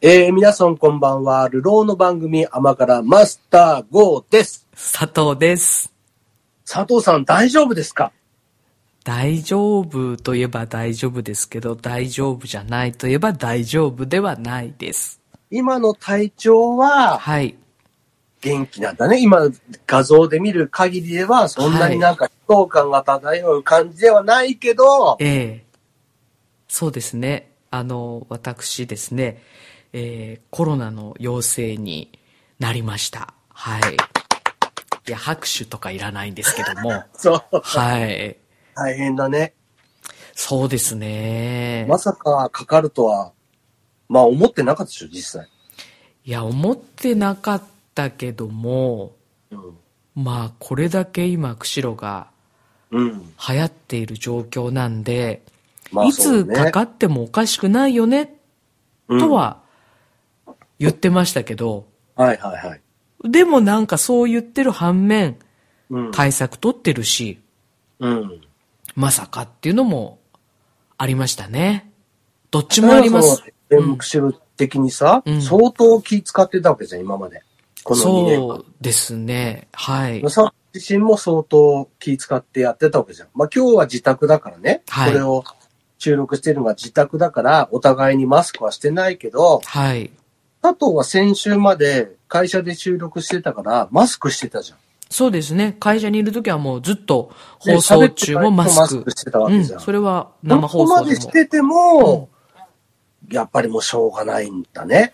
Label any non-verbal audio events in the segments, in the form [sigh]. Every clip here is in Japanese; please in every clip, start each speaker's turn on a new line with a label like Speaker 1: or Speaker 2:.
Speaker 1: えー、皆さんこんばんは。流浪の番組、甘辛マスター GO です。
Speaker 2: 佐藤です。
Speaker 1: 佐藤さん大丈夫ですか
Speaker 2: 大丈夫といえば大丈夫ですけど、大丈夫じゃないといえば大丈夫ではないです。
Speaker 1: 今の体調は
Speaker 2: はい。
Speaker 1: 元気なんだね。今画像で見る限りでは、そんなになんか悲壮感が漂う感じではないけど、。
Speaker 2: ええそうですね。あの、私ですね、えーコロナの陽性になりました。はい。いや、拍手とかいらないんですけども
Speaker 1: そう、
Speaker 2: はい。
Speaker 1: 大変だね。
Speaker 2: そうですね。
Speaker 1: まさかかかるとは、まあ思ってなかったでしょ、実際。
Speaker 2: いや、思ってなかったけども、
Speaker 1: うん。
Speaker 2: まあ、これだけ今、釧路が
Speaker 1: うん。
Speaker 2: 流行っている状況なんで、
Speaker 1: まあ
Speaker 2: いつかかってもおかしくないよね、と、は言ってましたけど、
Speaker 1: そうねうんはいはいはい。
Speaker 2: でもなんかそう言ってる反面、
Speaker 1: うん。
Speaker 2: 対策取ってるし、
Speaker 1: うん。
Speaker 2: まさかっていうのもありましたね。どっちもあります。
Speaker 1: その演目集的にさ、
Speaker 2: うん
Speaker 1: 相当気使ってたわけじゃん、今まで。この2年
Speaker 2: そうですね。はい。
Speaker 1: 間。さ自身も相当気使ってやってたわけじゃん。まあ今日は自宅だからね。
Speaker 2: はい
Speaker 1: これを収録してるのが自宅だから、お互いにマスクはしてないけど、
Speaker 2: はい。
Speaker 1: 佐藤は先週まで会社で収録してたから、マスクしてたじゃん。
Speaker 2: そうですね。会社にいるときはもうずっと
Speaker 1: で
Speaker 2: 放送中もマ
Speaker 1: 喋
Speaker 2: ス
Speaker 1: っ
Speaker 2: ク
Speaker 1: てた人マ。してたわ
Speaker 2: う
Speaker 1: け
Speaker 2: ん。
Speaker 1: じゃん。
Speaker 2: それは生放
Speaker 1: ここ
Speaker 2: 送
Speaker 1: まで
Speaker 2: で
Speaker 1: し
Speaker 2: も。
Speaker 1: てても、やっぱりもうしょうがないんだね。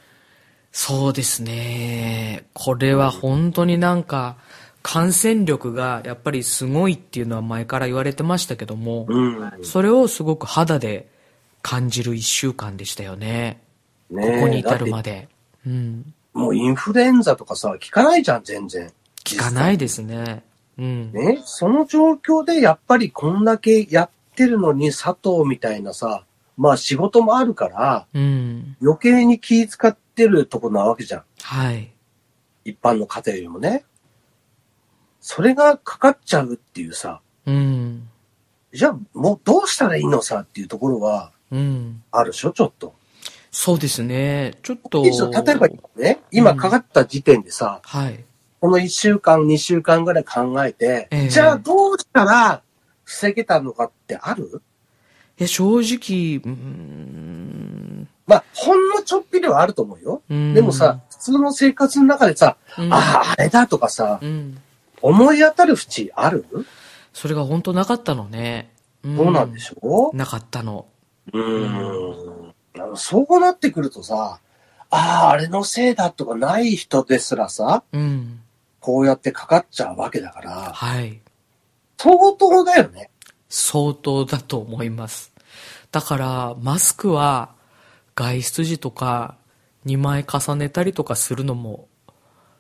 Speaker 2: そうですね。これは本当になんか、感染力がやっぱりすごいっていうのは前から言われてましたけども、
Speaker 1: うん。
Speaker 2: それをすごく肌で感じる一週間でしたよね。
Speaker 1: ね
Speaker 2: ここに至る
Speaker 1: だ
Speaker 2: ま
Speaker 1: って
Speaker 2: で。うん。
Speaker 1: もうインフルエンザとかさ、効かないじゃん、全然。。
Speaker 2: 聞かないいですね。うん。
Speaker 1: ね、その状況でやっぱりこんだけやってるのに佐藤みたいなさ、まあ仕事もあるから、
Speaker 2: うん。
Speaker 1: 余計に気使ってるとこなわけじゃん。
Speaker 2: はい。
Speaker 1: 一般の家庭よりもね。それがかかっちゃうっていうさ、
Speaker 2: うん。
Speaker 1: じゃあもうどうしたらいいのさっていうところは
Speaker 2: うん。
Speaker 1: あるでしょ、ちょっと。
Speaker 2: そうですね。ちょっと。
Speaker 1: いいですよ例えばね、今かかった時点でさ、
Speaker 2: はい。
Speaker 1: この1週間、2週間ぐらい考えて、
Speaker 2: ええ
Speaker 1: じゃあどうしたら防げたのかってある
Speaker 2: いや、正直、うーん。
Speaker 1: まあ、ほんのちょっぴりはあると思うよ。
Speaker 2: うん
Speaker 1: でもさ、、普通の生活の中でさ、
Speaker 2: うん、
Speaker 1: ああ、あれだとかさ、
Speaker 2: うん。
Speaker 1: 思い当たる淵ある
Speaker 2: それが本当なかったのね。うん
Speaker 1: そうなんでしょ
Speaker 2: なかったの。
Speaker 1: ううん。あのそうなってくるとさ、ああ、あれのせいだとかない人ですらさ、
Speaker 2: うん。
Speaker 1: こうやってかかっちゃうわけだから、
Speaker 2: はい。
Speaker 1: 相当だよね。
Speaker 2: 相当だと思います。だから、マスクは、外出時とか、2枚重ねたりとかするのも、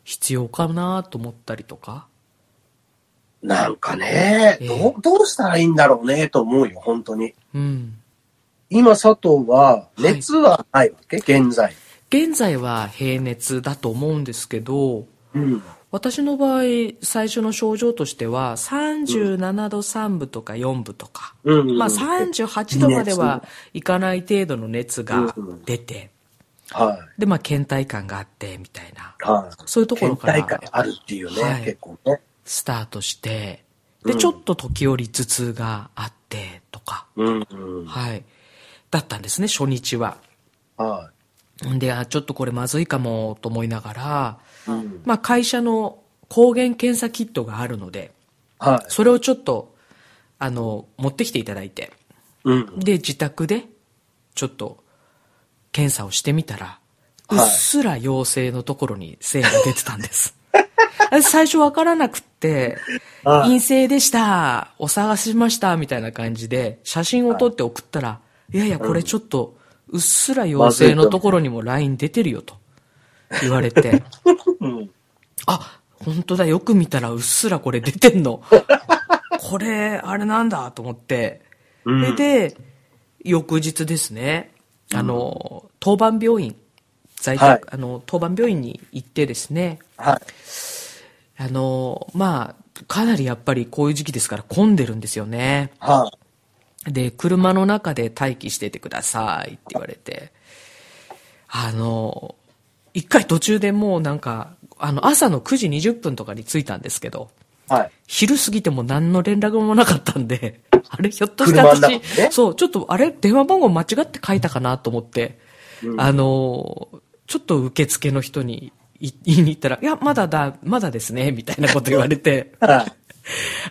Speaker 2: 必要かなと思ったりとか。
Speaker 1: なんかね、
Speaker 2: ええ
Speaker 1: どうどうしたらいいんだろうね、と思うよ、本当に。
Speaker 2: うん。
Speaker 1: 今、佐藤は、熱はないわけ、現在。
Speaker 2: 現在は平熱だと思うんですけど、
Speaker 1: うん。
Speaker 2: 私の場合、最初の症状としては、37度3分とか4分とか、
Speaker 1: うん
Speaker 2: まあ、38度まではいかない程度の熱が出て、
Speaker 1: は
Speaker 2: で、まあ、倦怠感があって、みたいな、
Speaker 1: い。はい。
Speaker 2: そういうところ
Speaker 1: 県
Speaker 2: から
Speaker 1: 大会あるっていうね、
Speaker 2: はい
Speaker 1: 結構ね。
Speaker 2: スタートして、
Speaker 1: う
Speaker 2: で、
Speaker 1: ん
Speaker 2: ちょっと時折頭痛があって、とか、
Speaker 1: うん、うん。
Speaker 2: はい。だったんですね、初日は。
Speaker 1: は
Speaker 2: んで、あ、ちょっとこれまずいかも、と思いながら、
Speaker 1: い。うん。
Speaker 2: まあ、会社の抗原検査キットがあるので、
Speaker 1: はい。
Speaker 2: それをちょっと、あの、持ってきていただいて、
Speaker 1: うん。
Speaker 2: で、自宅で、ちょっと、検査をしてみたら、
Speaker 1: はいう
Speaker 2: っすら陽性のところに線が出てたんです。 [laughs] 私最初わからなくって、
Speaker 1: はい。
Speaker 2: 陰性でした、お探ししました、みたいな感じで、写真を撮って送ったら、いやいや、これちょっと、うっすら陽性のところにも LINE 出てるよ、と言われて、
Speaker 1: うん
Speaker 2: あ、本当だ、よく見たらうっすらこれ出てん
Speaker 1: [laughs]
Speaker 2: の。これ、あれなんだ、と思って、
Speaker 1: うん
Speaker 2: それで、翌日ですね、あの、当番病院、在宅、
Speaker 1: はい
Speaker 2: あの、当番病院に行ってですね、
Speaker 1: はい。
Speaker 2: あの、まあ、かなりやっぱりこういう時期ですから混んでるんですよね。
Speaker 1: は
Speaker 2: で、車の中で待機しててくださいって言われて、あの、一回途中でもうなんか、あの、朝の9時20分とかに着いたんですけど、
Speaker 1: はい。
Speaker 2: 昼過ぎても何の連絡もなかったんで、 [laughs] あれ、ひょっとして私、
Speaker 1: 車の中でね
Speaker 2: そう、ちょっと、あれ、電話番号間違って書いたかなと思って、
Speaker 1: うん
Speaker 2: あの、ちょっと受付の人にい言いに行ったら、いや、まだだ、まだですね、みたいなこと言われて、 [laughs]
Speaker 1: はい。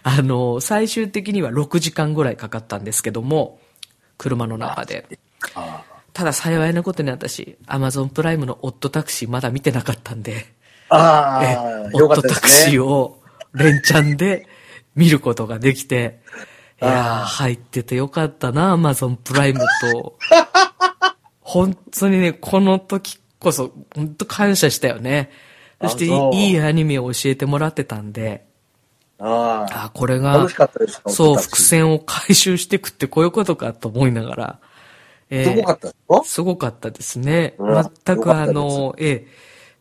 Speaker 2: あの、最終的には6時間ぐらいかかったんですけども、車の中で。
Speaker 1: あ
Speaker 2: ただ幸いなことに私、アマゾンプライムのオットタクシーまだ見てなかったんで、
Speaker 1: あ
Speaker 2: え
Speaker 1: ー、
Speaker 2: オッ
Speaker 1: よかっ
Speaker 2: ト
Speaker 1: たで
Speaker 2: タク
Speaker 1: す
Speaker 2: シ
Speaker 1: ね。
Speaker 2: ーを連チャンで見ることができて、いやー
Speaker 1: あー
Speaker 2: 入っててよかったな、アマゾンプライムと。 [laughs] 本当にね、この時こそ、本当感謝したよね。そしてい
Speaker 1: あそう
Speaker 2: い、いいアニメを教えてもらってたんで、
Speaker 1: ああ。
Speaker 2: あーこれが、
Speaker 1: 楽しかったですか
Speaker 2: そう、
Speaker 1: オットタクシー
Speaker 2: 伏線を回収してくってこういうことかと思いながら、えー
Speaker 1: すごかったですか
Speaker 2: すごかったですね。
Speaker 1: うん
Speaker 2: 全
Speaker 1: よか
Speaker 2: く
Speaker 1: った
Speaker 2: あ
Speaker 1: です
Speaker 2: の、え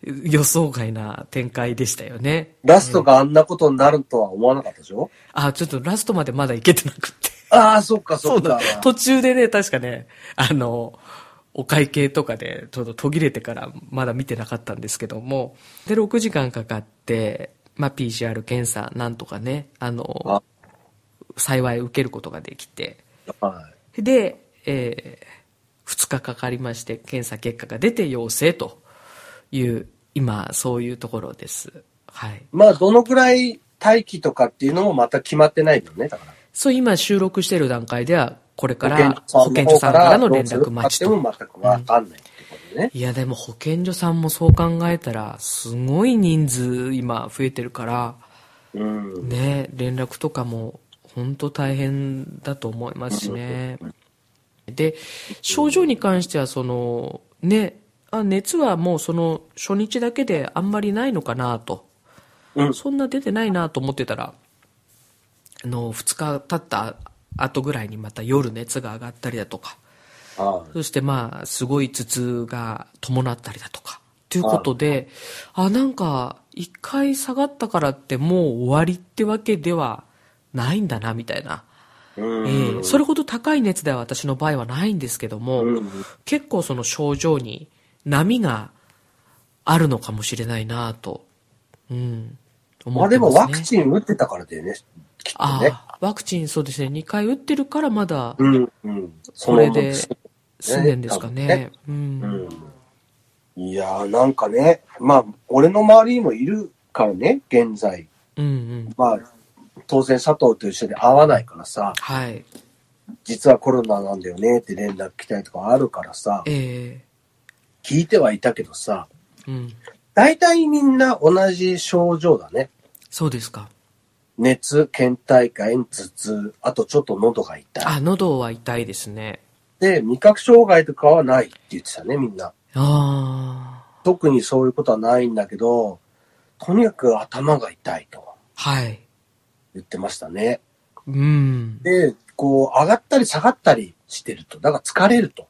Speaker 2: え、予想外な展開でしたよね。
Speaker 1: ラストがあんなことになるとは思わなかったでしょ
Speaker 2: あ、ちょっとラストまでまだいけてなくって。
Speaker 1: ああ、そっかそっ
Speaker 2: な
Speaker 1: か
Speaker 2: の。途中でね、確かね、あの、お会計とかでちょっと途切れてからまだ見てなかったんですけども、で、6時間かかって、まあ、PCR 検査なんとかね、あの
Speaker 1: あ、
Speaker 2: 幸い受けることができて、
Speaker 1: はい。
Speaker 2: で、え2日かかりまして、検査結果が出て陽性という、今、そういうところです。はい。
Speaker 1: まあ、どのくらい待機とかっていうのもまた決まってないよね、だから。
Speaker 2: そう、今収録してる段階では、これか
Speaker 1: 保
Speaker 2: ら
Speaker 1: 健
Speaker 2: 保健所さんからの連絡待ち
Speaker 1: と。
Speaker 2: と。
Speaker 1: も全くわかんないってことね。
Speaker 2: いや、でも保健所さんもそう考えたら、すごい人数今増えてるから、
Speaker 1: うん。
Speaker 2: ね、連絡とかも本当大変だと思いますしね。で、症状に関しては、その、ね、あ熱はもうその初日だけであんまりないのかなと、
Speaker 1: うん
Speaker 2: そんな出てないなと思ってたら、あの、2日経った後ぐらいにまた夜熱が上がったりだとか、
Speaker 1: あ
Speaker 2: そしてまあ、すごい頭痛が伴ったりだとか、ということで、あ、なんか、一回下がったからってもう終わりってわけではないんだな、みたいな。
Speaker 1: あ。
Speaker 2: え
Speaker 1: うん。
Speaker 2: ーそれほど高い熱では私の場合はないんですけども、
Speaker 1: うん
Speaker 2: 結構その症状に波があるのかもしれないなと、うん、
Speaker 1: ま
Speaker 2: 思
Speaker 1: あ
Speaker 2: って
Speaker 1: で
Speaker 2: ま
Speaker 1: も
Speaker 2: すね。
Speaker 1: ワクチン打ってたからだよね、きっとね。
Speaker 2: ああ、ワクチンそうですね、2回打ってるからまだ
Speaker 1: うん。うん。
Speaker 2: これで
Speaker 1: そ
Speaker 2: 住んでんですかね。
Speaker 1: ね
Speaker 2: うん
Speaker 1: のうん。いやー、なんかね、まあ、俺の周りにもいるからね、現在。
Speaker 2: うんうん。
Speaker 1: まあ、当然佐藤と一緒で会わないからさ、
Speaker 2: はい。
Speaker 1: 実はコロナなんだよねって連絡来たりとかあるからさ、
Speaker 2: え
Speaker 1: 聞いてはいたけどさ、
Speaker 2: えうん。
Speaker 1: 大体みんな同じ症状だね。
Speaker 2: そうですか。
Speaker 1: 熱、倦怠感、頭痛、あとちょっと喉が痛い。
Speaker 2: あ、喉は痛いですね。
Speaker 1: で、味覚障害とかはないって言ってたね、みんな。
Speaker 2: ああ、
Speaker 1: 特にそういうことはないんだけど、とにかく頭が痛いと
Speaker 2: はい。
Speaker 1: 言ってましたね。
Speaker 2: うん。
Speaker 1: で、こう、上がったり下がったりしてると。だから疲れると。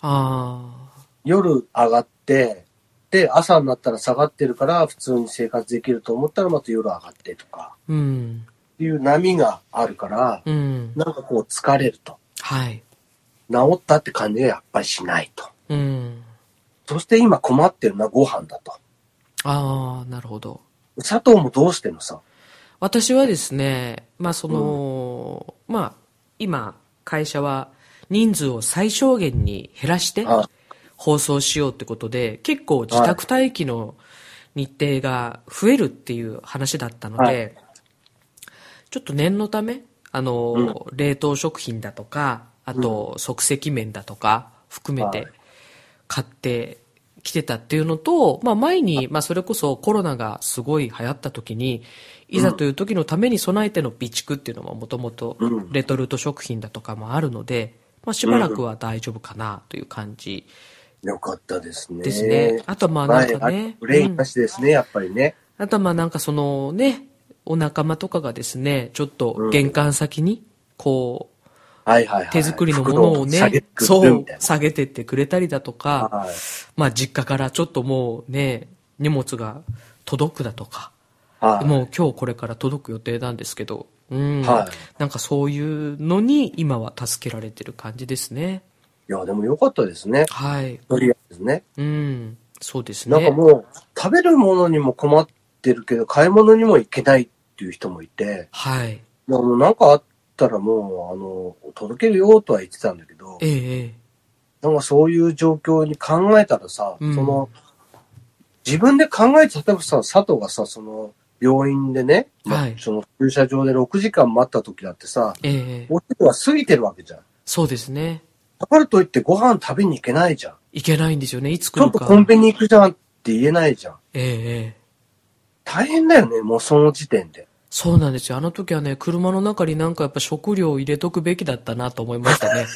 Speaker 2: ああ、
Speaker 1: 夜上がって、で、朝になったら下がってるから、普通に生活できると思ったら、また夜上がってとか、
Speaker 2: うん。
Speaker 1: っていう波があるから、
Speaker 2: うん。
Speaker 1: なんかこう疲れると。
Speaker 2: はい。
Speaker 1: 治ったって感じはやっぱりしないと。
Speaker 2: うん。
Speaker 1: そして今困ってるのはご飯だと。
Speaker 2: ああ、なるほど。
Speaker 1: 佐藤もどうしてんのさ。
Speaker 2: 私はですね、まあその、まあ、今、会社は人数を最小限に減らして
Speaker 1: あ
Speaker 2: 放送しようってことで、結構自宅待機の日程が増えるっていう話だったので、
Speaker 1: は
Speaker 2: ちょっと念のため、あの、冷凍食品だとか、あと即席麺だとか含め
Speaker 1: は
Speaker 2: て
Speaker 1: い
Speaker 2: 買ってきてたっていうのと、まあ前に、まあそれこそコロナがすごい流行った時に、いざという時のために備えての備蓄っていうのももともと
Speaker 1: うん
Speaker 2: レトルト食品だとかもあるので、まあしばらくは大丈夫かなという感じ
Speaker 1: よかったですね。
Speaker 2: ですね。あとまあなんか
Speaker 1: はい
Speaker 2: ね、
Speaker 1: 憂
Speaker 2: う
Speaker 1: い
Speaker 2: ん
Speaker 1: なしですね、やっぱりね。
Speaker 2: あとはまあなんかそのね、お仲間とかがですね、ちょっと玄関先に、こう、
Speaker 1: はいはいはい。
Speaker 2: 手作りのものをね、
Speaker 1: 袋を下げてく
Speaker 2: そ
Speaker 1: れるみ
Speaker 2: う
Speaker 1: たい、な。
Speaker 2: 下げてってくれたりだとか、
Speaker 1: はい
Speaker 2: まあ実家からちょっともうね、荷物が届くだとか、
Speaker 1: はい。
Speaker 2: もう今日これから届く予定なんですけど、うん、
Speaker 1: はい
Speaker 2: なんかそういうのに今は助けられてる感じですね。
Speaker 1: いや、でもよかったですね。
Speaker 2: はい。
Speaker 1: とりあえずね。
Speaker 2: うん。そうですね。
Speaker 1: なんかもう、食べるものにも困ってるけど、買い物にも行けないっていう人もいて、
Speaker 2: はい。
Speaker 1: だからもうなんかあったらもう、あの、届けるよとは言ってたんだけど、
Speaker 2: ええええ
Speaker 1: なんかそういう状況に考えたらさ、
Speaker 2: うん
Speaker 1: その、自分で考えて、例えばさ、佐藤がさ、その、病院でね、ま
Speaker 2: はい
Speaker 1: その駐車場で6時間待った時だってさ、
Speaker 2: ええええ
Speaker 1: お昼は過ぎてるわけじゃん。
Speaker 2: そうですね。
Speaker 1: だからといってご飯食べに行けないじゃん。
Speaker 2: いけないんですよね。いつ
Speaker 1: ち
Speaker 2: 来
Speaker 1: ょっ
Speaker 2: る
Speaker 1: と
Speaker 2: か。
Speaker 1: コンビニ行くじゃんって言えないじゃん。
Speaker 2: ええええ
Speaker 1: 大変だよね、もうその時点で。
Speaker 2: そうなんですよ。あの時はね、車の中になんかやっぱ食料を入れとくべきだったなと思いました
Speaker 1: [laughs]
Speaker 2: ね。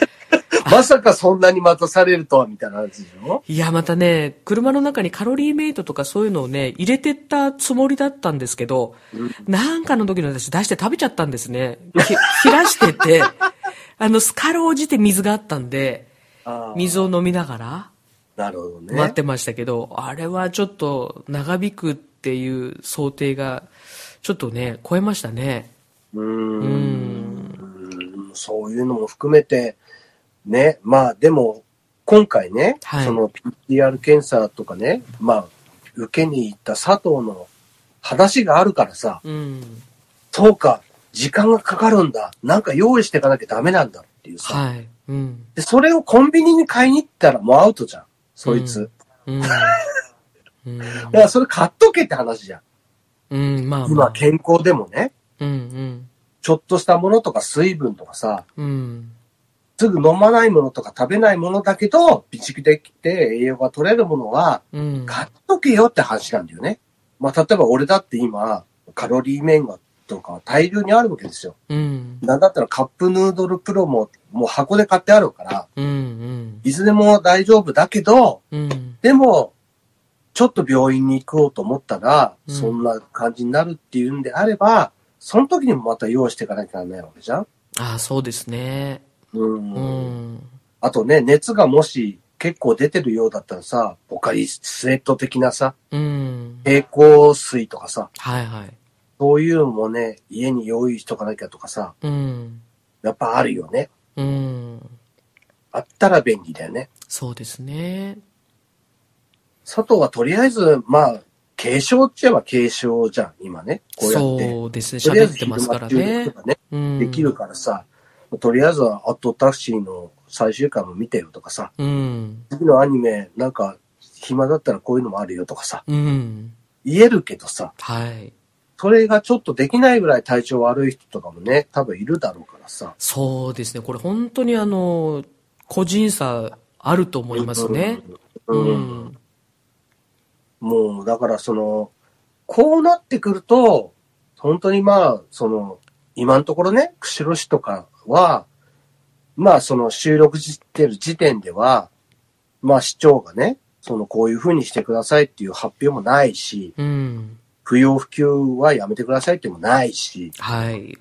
Speaker 1: まさかそんなに待たされるとは、みたいな話でしょ
Speaker 2: いや、またね、車の中にカロリーメイトとかそういうのをね、入れてったつもりだったんですけど、
Speaker 1: うん
Speaker 2: なんかの時の私出して食べちゃったんですね。き切らして
Speaker 1: [laughs]
Speaker 2: て、あの、スカローじて水があったんで、
Speaker 1: あー
Speaker 2: 水を飲みながら
Speaker 1: なるほどね。
Speaker 2: 待ってましたけど、あれはちょっと長引くっていう想定が、ちょっとね、超えましたね。
Speaker 1: うー。
Speaker 2: うんん。
Speaker 1: うんそういうのも含めて、ね、まあでも、今回ね、
Speaker 2: はい
Speaker 1: その PCR 検査とかね、まあ、受けに行った佐藤の話があるからさ、
Speaker 2: うん。
Speaker 1: そうか、時間がかかるんだ、なんか用意していかなきゃダメなんだっていうさ、
Speaker 2: はい。うん。
Speaker 1: で、それをコンビニに買いに行ったらもうアウトじゃん、そいつ。
Speaker 2: うん。うん。
Speaker 1: だからそれ買っとけって話じゃん。
Speaker 2: うん、まあ、ま
Speaker 1: 今
Speaker 2: あ。
Speaker 1: 健康でもね、
Speaker 2: うん、
Speaker 1: ちょっとしたものとか水分とかさ、
Speaker 2: うん。うん。
Speaker 1: すぐ飲まないものとか食べないものだけど、備蓄できて栄養が取れるものは
Speaker 2: うん。
Speaker 1: 買っとけよって話なんだよね。まあ、例えば俺だって今、カロリー面がとか大量にあるわけですよ。
Speaker 2: うん。
Speaker 1: なんだったらカップヌードルプロももう箱で買ってあるから、
Speaker 2: うん。うん。
Speaker 1: いずれも大丈夫だけど、
Speaker 2: うん。
Speaker 1: でも、ちょっと病院に行こうと思ったら、
Speaker 2: うん
Speaker 1: そんな感じになるっていうんであれば、その時にもまた用意していかなきゃならないわけじゃん。
Speaker 2: ああ、そうですね。
Speaker 1: うん。
Speaker 2: うん。
Speaker 1: あとね、熱がもし結構出てるようだったらさ、ポカリスエット的なさ、
Speaker 2: うん。
Speaker 1: 蛍光水とかさ、
Speaker 2: はいはい。
Speaker 1: そういうのもね、家に用意しとかなきゃとかさ、
Speaker 2: うん。
Speaker 1: やっぱあるよね。
Speaker 2: うん。
Speaker 1: あったら便利だよね。
Speaker 2: そうですね。
Speaker 1: 佐藤はとりあえず、まあ、軽症っちゃえば軽症じゃん、今ね。こうやって。
Speaker 2: そうですね。
Speaker 1: とりあえ
Speaker 2: 喋っ
Speaker 1: ず
Speaker 2: てますから
Speaker 1: 昼間中
Speaker 2: ね
Speaker 1: 毒と。かね。
Speaker 2: うん。
Speaker 1: できる。からさ、とりあえずはアットタクシーの最終回も見てよとかさ、
Speaker 2: うん。
Speaker 1: 次のアニメなんか暇だったらこういうのもあるよとかさ、
Speaker 2: うん。
Speaker 1: 言えるけどさ、
Speaker 2: はい。
Speaker 1: それがちょっとできないぐらい体調悪い人とかもね、多分いるだろうからさ。
Speaker 2: そうですね。これ本当にあの、個人差あると思いますね。
Speaker 1: う。
Speaker 2: うんん。
Speaker 1: もうだからその、こうなってくると、本当にまあ、その、今のところね、釧路市とかは、まあその収録してる時点では、まあ市長がね、そのこういうふうにしてくださいっていう発表もないし、
Speaker 2: うん。
Speaker 1: 不要不急はやめてくださいってもないし、
Speaker 2: はい。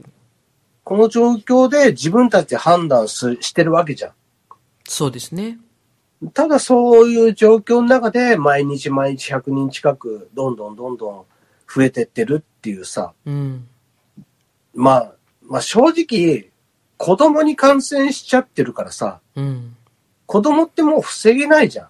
Speaker 1: この状況で自分たちで判断すしてるわけじゃ
Speaker 2: そうですね。
Speaker 1: ん。ただそういう状況の中で毎日毎日100人近くどんどんどんどん増えてってるっていうさ、
Speaker 2: うん。
Speaker 1: まあ、まあ正直、子供に感染しちゃってるからさ、
Speaker 2: うん。
Speaker 1: 子供ってもう防げないじゃん。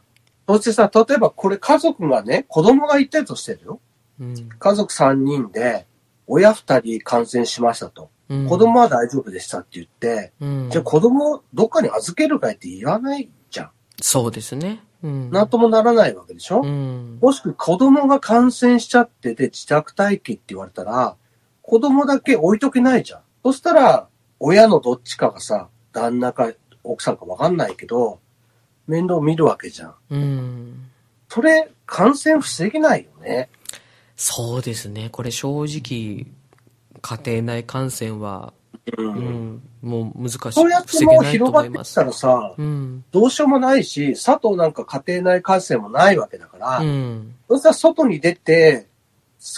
Speaker 1: そしてさ、例えばこれ家族がね、子供がいたとしてるよ。
Speaker 2: うん。
Speaker 1: 家族3人で、親2人感染しましたと。
Speaker 2: うん
Speaker 1: 子供は大丈夫でしたって言って、
Speaker 2: うん
Speaker 1: じゃあ子供をどっかに預けるかいって言わないじゃん。
Speaker 2: そうですね。うん。
Speaker 1: なんともならないわけでしょ、
Speaker 2: うん。
Speaker 1: もしくは子供が感染しちゃってて自宅待機って言われたら、子供だけ置いとけないじゃん。そしたら、親のどっちかがさ、旦那か奥さんかわかんないけど、面倒見るわけじゃん。
Speaker 2: うん。
Speaker 1: それ、感染防げないよね。
Speaker 2: そうですね。これ正直、家庭内感染は、
Speaker 1: う
Speaker 2: う。ん、もう難しい。
Speaker 1: そうやって
Speaker 2: 防
Speaker 1: も
Speaker 2: げ
Speaker 1: う
Speaker 2: ないと
Speaker 1: 広
Speaker 2: 思
Speaker 1: がっ
Speaker 2: い
Speaker 1: て
Speaker 2: ま
Speaker 1: き
Speaker 2: す
Speaker 1: た。らさ、
Speaker 2: うん。
Speaker 1: どうしようもないし、佐藤なんか家庭内感染もないわけだから、
Speaker 2: うん。
Speaker 1: そしたら外に出て、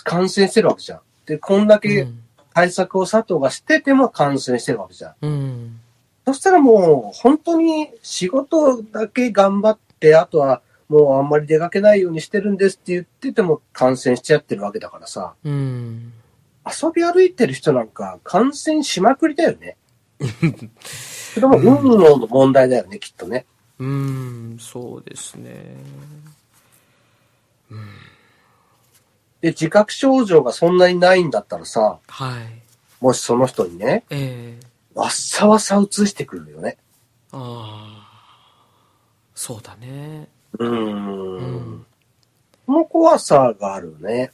Speaker 1: 感染してるわけじゃん。で、こんだ
Speaker 2: う
Speaker 1: け
Speaker 2: ん。
Speaker 1: 対策を佐藤がしてても感染してるわけじゃん。
Speaker 2: うん。
Speaker 1: そしたらもう、本当に仕事だけ頑張って、あとはもうあんまり出かけないようにしてるんですって言ってても感染しちゃってるわけだからさ、
Speaker 2: うん。
Speaker 1: 遊び歩いてる人なんか感染しまくりだよね。それも運の問題だよね、きっとね。
Speaker 2: うーん、そうですね。
Speaker 1: で、自覚症状がそんなにないんだったらさ、
Speaker 2: はい。
Speaker 1: もしその人にね、
Speaker 2: ええ
Speaker 1: わっさわさ移してくるよね。
Speaker 2: ああ。そうだね。
Speaker 1: うー。
Speaker 2: うん
Speaker 1: この怖さがあるよね。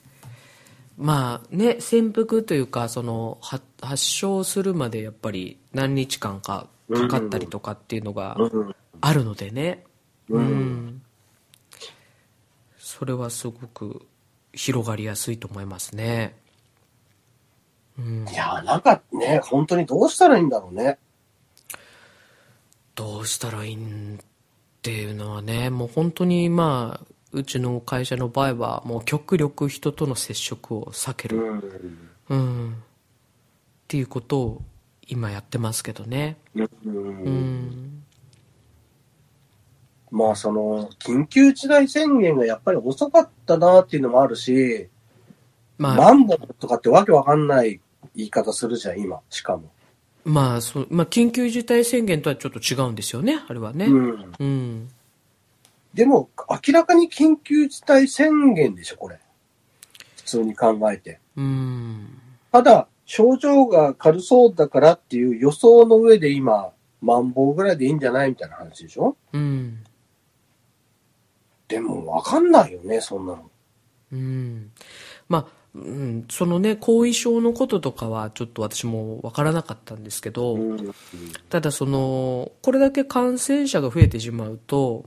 Speaker 2: まあね、潜伏というか、その、は発症するまでやっぱり何日間かかかったりとかっていうのが
Speaker 1: うん。
Speaker 2: あるのでね。
Speaker 1: う。
Speaker 2: うんんそれはすごく広がりやすいと思いますね。うん
Speaker 1: い、や、なんかね、本当にどうしたらいいんだろうね。
Speaker 2: どうしたらいいんっていうのはね、もう本当にまあ、うちの会社の場合は、もう極力人との接触を避ける、
Speaker 1: ん。
Speaker 2: うん、っていうことを今やってますけどね。
Speaker 1: う。
Speaker 2: うんん、
Speaker 1: まあ、その、緊急事態宣言がやっぱり遅かったなっていうのもあるし、
Speaker 2: まあ、
Speaker 1: マンボウとかってわけわかんない言い方するじゃん、今、しかも。
Speaker 2: まあ、そう、まあ、緊急事態宣言とはちょっと違うんですよね、あれはね。
Speaker 1: うん。
Speaker 2: うん
Speaker 1: でも、明らかに緊急事態宣言でしょ、これ。普通に考えて。
Speaker 2: うん
Speaker 1: ただ、症状が軽そうだからっていう予想の上で今、マンボウぐらいでいいんじゃないみたいな話でしょ
Speaker 2: うん
Speaker 1: でも、わかんないよね、そんなの。
Speaker 2: うんまあ、うん、そのね、後遺症のこととかはちょっと私もわからなかったんですけど、
Speaker 1: うん。
Speaker 2: ただその、これだけ感染者が増えてしまうと、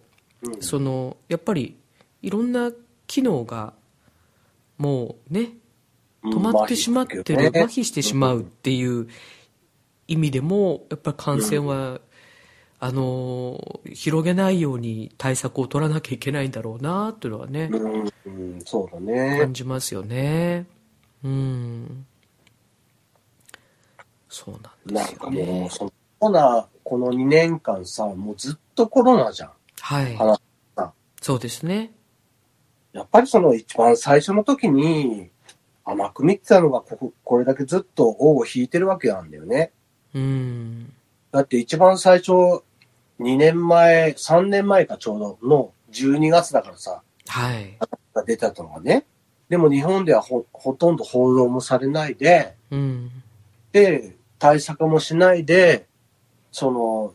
Speaker 2: その、やっぱりいろんな機能がもうね、止まってしまってる、麻痺してしまうっていう意味でも、やっぱり感染は、あの、広げないように対策を取らなきゃいけないんだろうな、というのはね。
Speaker 1: うん、うん、そうだね
Speaker 2: 感。じますよね。うん。そうなんで
Speaker 1: なん
Speaker 2: す
Speaker 1: か
Speaker 2: よ
Speaker 1: も
Speaker 2: ね
Speaker 1: う、。そのコロナ、この2年間さ、もうずっとコロナじゃん。
Speaker 2: はい
Speaker 1: 話した。
Speaker 2: そうですね。
Speaker 1: やっぱりその一番最初の時に甘く見てたのがここ、これだけずっと尾を引いてるわけなんだよね。
Speaker 2: うん。
Speaker 1: だって一番最初、2年前、3年前かちょうどの12月だからさ、
Speaker 2: はい。
Speaker 1: が出たのがね。でも日本ではほ、ほとんど報道もされないで、
Speaker 2: うん。
Speaker 1: で、対策もしないで、その、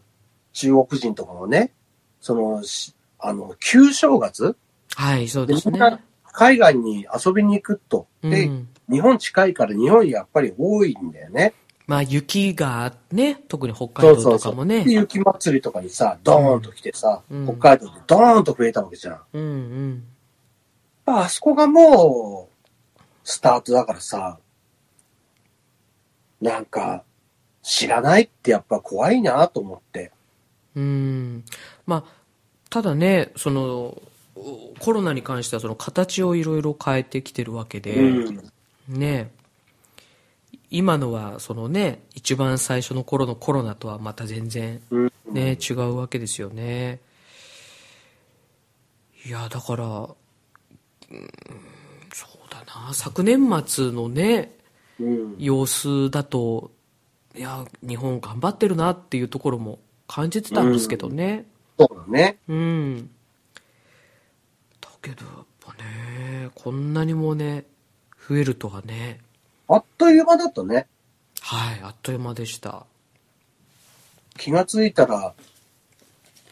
Speaker 1: 中国人とかもね、その、しあの、旧正月
Speaker 2: はい、そうです
Speaker 1: み
Speaker 2: ね
Speaker 1: ん。な海外に遊びに行くと。
Speaker 2: う
Speaker 1: で、
Speaker 2: ん。
Speaker 1: 日本近いから日本やっぱり多いんだよね。
Speaker 2: まあ、雪がね、特に北海道とかも
Speaker 1: で
Speaker 2: ね。
Speaker 1: 雪祭りとかにさ、ドーンと来てさ、
Speaker 2: うん
Speaker 1: 北海道でドーンと増えたわけじゃん。やっ
Speaker 2: うんうん。
Speaker 1: ぱあそこがもう、スタートだからさ、なんか、知らないってやっぱ怖いなと思って。
Speaker 2: うん。まあ、ただね、その、コロナに関してはその形をいろいろ変えてきてるわけで、
Speaker 1: うん。
Speaker 2: ねえ今のはそのね一番最初の頃のコロナとはまた全然
Speaker 1: うん。
Speaker 2: ね、違うわけですよねいやだから、うん、そうだな昨年末のね
Speaker 1: うん。
Speaker 2: 様子だといや日本頑張ってるなっていうところも感じてたんですけどね
Speaker 1: そうだね。
Speaker 2: うん、だけどやっぱねこんなにもね増えるとはね
Speaker 1: あっという間だったね。
Speaker 2: はい、あっという間でした。
Speaker 1: 気がついたら、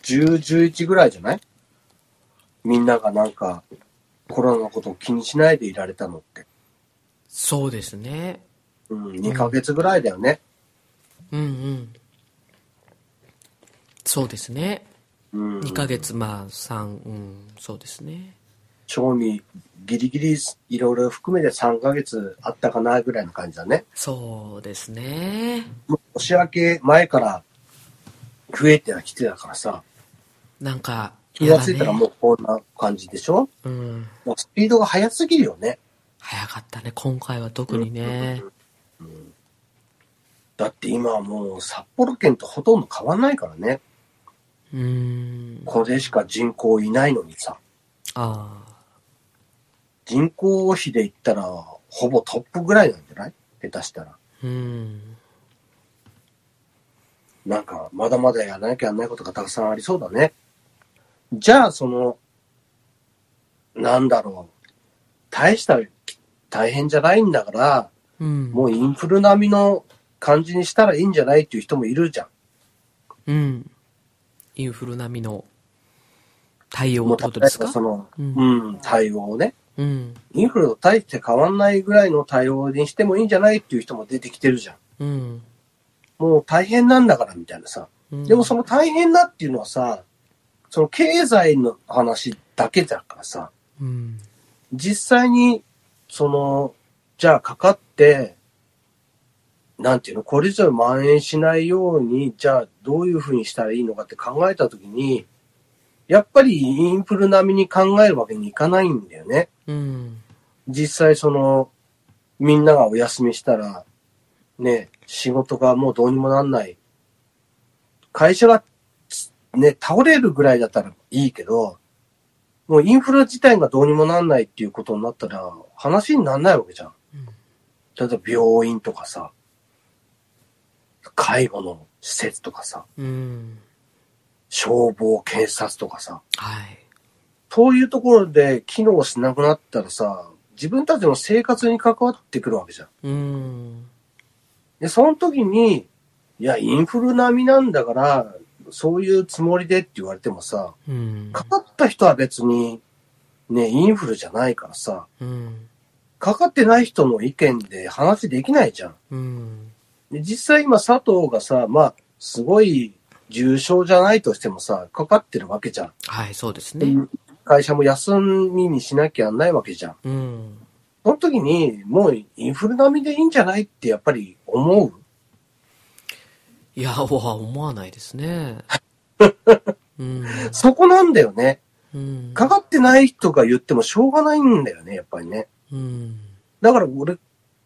Speaker 1: 10、11ぐらいじゃないみんながなんか、コロナのことを気にしないでいられたのって。
Speaker 2: そうですね。
Speaker 1: うん、2ヶ月ぐらいだよね。
Speaker 2: うんうん。そうですね。
Speaker 1: うん。
Speaker 2: 2ヶ月、まあ3、うん、そうですね。
Speaker 1: 賞味、ギリギリ、いろいろ含めて3ヶ月あったかなぐらいの感じだね。
Speaker 2: そうですね。
Speaker 1: もう年明け前から増えてはきてたからさ、
Speaker 2: なんか、
Speaker 1: 気がついたらもうこんな感じでしょ
Speaker 2: う。うん。
Speaker 1: もうスピードが速すぎるよね。
Speaker 2: 早かったね、今回は特にね。
Speaker 1: だって今はもう札幌県とほとんど変わんないからね。
Speaker 2: うん。
Speaker 1: これしか人口いないのにさ。
Speaker 2: ああ。
Speaker 1: 人口比で言ったら、ほぼトップぐらいなんじゃない下手したら。
Speaker 2: うん。
Speaker 1: なんか、まだまだやらなきゃやらないことがたくさんありそうだね。じゃあ、その、なんだろう。大した、大変じゃないんだから、
Speaker 2: うん。
Speaker 1: もうインフル並みの感じにしたらいいんじゃないっていう人もいるじゃん。
Speaker 2: うん。インフル並みの対応
Speaker 1: も
Speaker 2: っ
Speaker 1: う
Speaker 2: てことです
Speaker 1: 例えば
Speaker 2: か
Speaker 1: その、
Speaker 2: うん
Speaker 1: うん、対応をね。
Speaker 2: うん。
Speaker 1: インフルと大して変わんないぐらいの対応にしてもいいんじゃないっていう人も出てきてるじゃん。
Speaker 2: うん。
Speaker 1: もう大変なんだからみたいなさ。
Speaker 2: うん
Speaker 1: でもその大変だっていうのはさ、その経済の話だけだからさ、
Speaker 2: うん。
Speaker 1: 実際に、その、じゃあかかって、なんていうの、これ以上蔓延しないように、じゃあどういうふうにしたらいいのかって考えたときに、やっぱりインフル並みに考えるわけにいかないんだよね。
Speaker 2: うん。
Speaker 1: 実際その、みんながお休みしたら、ね、仕事がもうどうにもなんない。会社が、ね、倒れるぐらいだったらいいけど、もうインフラ自体がどうにもなんないっていうことになったら、話にならないわけじゃん。例えば病院とかさ、介護の施設とかさ、
Speaker 2: うん。
Speaker 1: 消防、警察とかさ、
Speaker 2: はい。
Speaker 1: そういうところで機能しなくなったらさ、自分たちの生活に関わってくるわけじゃん。
Speaker 2: うん。
Speaker 1: で、その時に、いや、インフル並みなんだから、そういうつもりでって言われてもさ、
Speaker 2: うん。
Speaker 1: かかった人は別に、ね、インフルじゃないからさ、
Speaker 2: うん。
Speaker 1: かかってない人の意見で話できないじゃん。
Speaker 2: うん。
Speaker 1: で実際今佐藤がさ、まあ、すごい重症じゃないとしてもさ、かかってるわけじゃん。
Speaker 2: はい、そうですね。
Speaker 1: 会社も休みにしなきゃないわけじゃん。
Speaker 2: うん。
Speaker 1: その時に、もうインフル並みでいいんじゃないってやっぱり思う。
Speaker 2: いや、わ思わないですね。うん。
Speaker 1: そこなんだよね。
Speaker 2: うん。
Speaker 1: かかってない人が言ってもしょうがないんだよね、やっぱりね。
Speaker 2: うん。
Speaker 1: だから俺、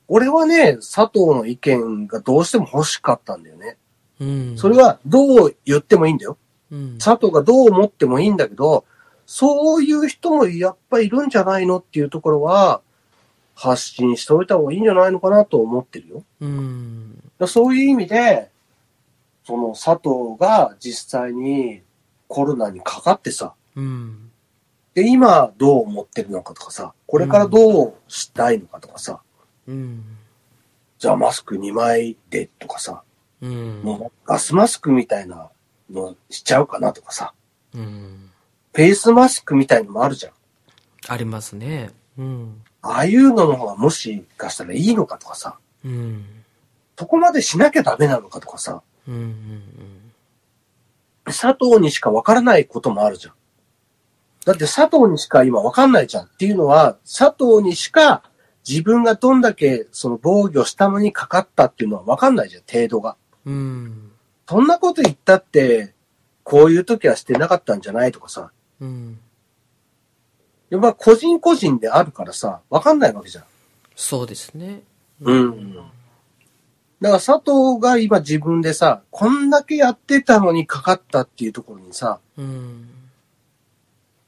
Speaker 1: 俺はね、佐藤の意見がどうしても欲しかったんだよね。
Speaker 2: うん。
Speaker 1: それ、はどう言ってもいいんだよ。
Speaker 2: うん。
Speaker 1: 佐藤がどう思ってもいいんだけど、そういう人もやっぱいるんじゃないのっていうところは、発信しておいた方がいいんじゃないのかなと思ってるよ。
Speaker 2: うん。
Speaker 1: だからそういう意味で、その佐藤が実際にコロナにかかってさ、
Speaker 2: うん。
Speaker 1: で、今どう思ってるのかとかさ、これからどうしたいのかとかさ、
Speaker 2: うん。
Speaker 1: じゃあマスク2枚でとかさ、
Speaker 2: うん。
Speaker 1: もうガスマスクみたいなのしちゃうかなとかさ、
Speaker 2: うん。
Speaker 1: フェイスマスクみたいのもあるじゃん。
Speaker 2: ありますね。うん。
Speaker 1: ああいうのの方がもしかしたらいいのかとかさ、
Speaker 2: うん。
Speaker 1: そこまでしなきゃダメなのかとかさ、
Speaker 2: うん。うん。
Speaker 1: 佐藤にしかわからないこともあるじゃん。だって佐藤にしか今わかんないじゃんっていうのは、佐藤にしか自分がどんだけその防御したのにかかったっていうのはわかんないじゃん、程度が。
Speaker 2: うん。
Speaker 1: そんなこと言ったって、こういう時はしてなかったんじゃないとかさ。
Speaker 2: うん。
Speaker 1: やっぱ個人個人であるからさ、わかんないわけじゃん。
Speaker 2: そうですね。
Speaker 1: うん。だから佐藤が今自分でさ、こんだけやってたのにかかったっていうところにさ、
Speaker 2: うん。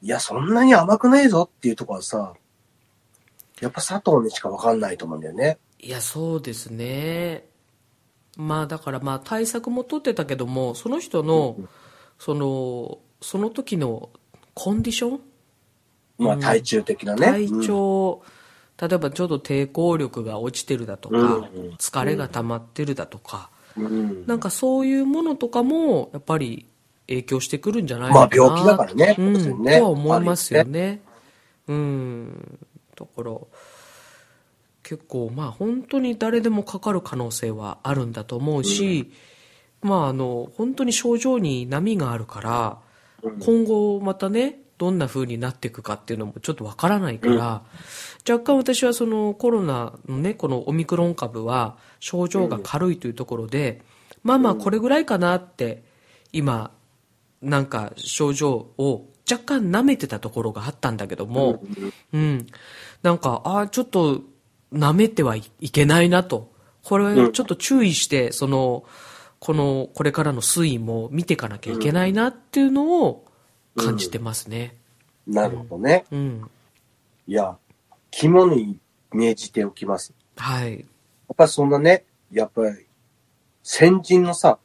Speaker 1: いや、そんなに甘くねえぞっていうところはさ、やっぱ佐藤にしかわかんないと思うんだよね。
Speaker 2: いや、そうですね。まあだからまあ対策も取ってたけども、その人の、その、その時のコンディション
Speaker 1: まあ、
Speaker 2: うん
Speaker 1: 体中的なね。
Speaker 2: 体調、例えばちょっと抵抗力が落ちてるだとか、
Speaker 1: うん
Speaker 2: 疲れが溜まってるだとか、
Speaker 1: うん。うん
Speaker 2: なんかそういうものとかも、やっぱり影響してくるんじゃないのか
Speaker 1: ま
Speaker 2: な
Speaker 1: あ、病気だからね。
Speaker 2: うん、
Speaker 1: 当然
Speaker 2: とは思いますよ。ね。うん。だから、結構、まあ本当に誰でもかかる可能性はあるんだと思うし、まああの、本当に症状に波があるから、
Speaker 1: うん
Speaker 2: 今後またね、どんな風になっていくかっていうのもちょっとわからないから、若干私はそのコロナのね、このオミクロン株は症状が軽いというところで、まあまあこれぐらいかなって、今、なんか症状を若干舐めてたところがあったんだけども、うん。なんか、ああ、ちょっと舐めてはいいけないなと。これはちょっと注意して、その、この、これからの推移も見ていかなきゃいけないなっていうのを感じてますね。
Speaker 1: なるほどね。
Speaker 2: うん。
Speaker 1: いや、肝に銘じておきます。
Speaker 2: はい。
Speaker 1: やっぱそんなね、やっぱり、先人のさ、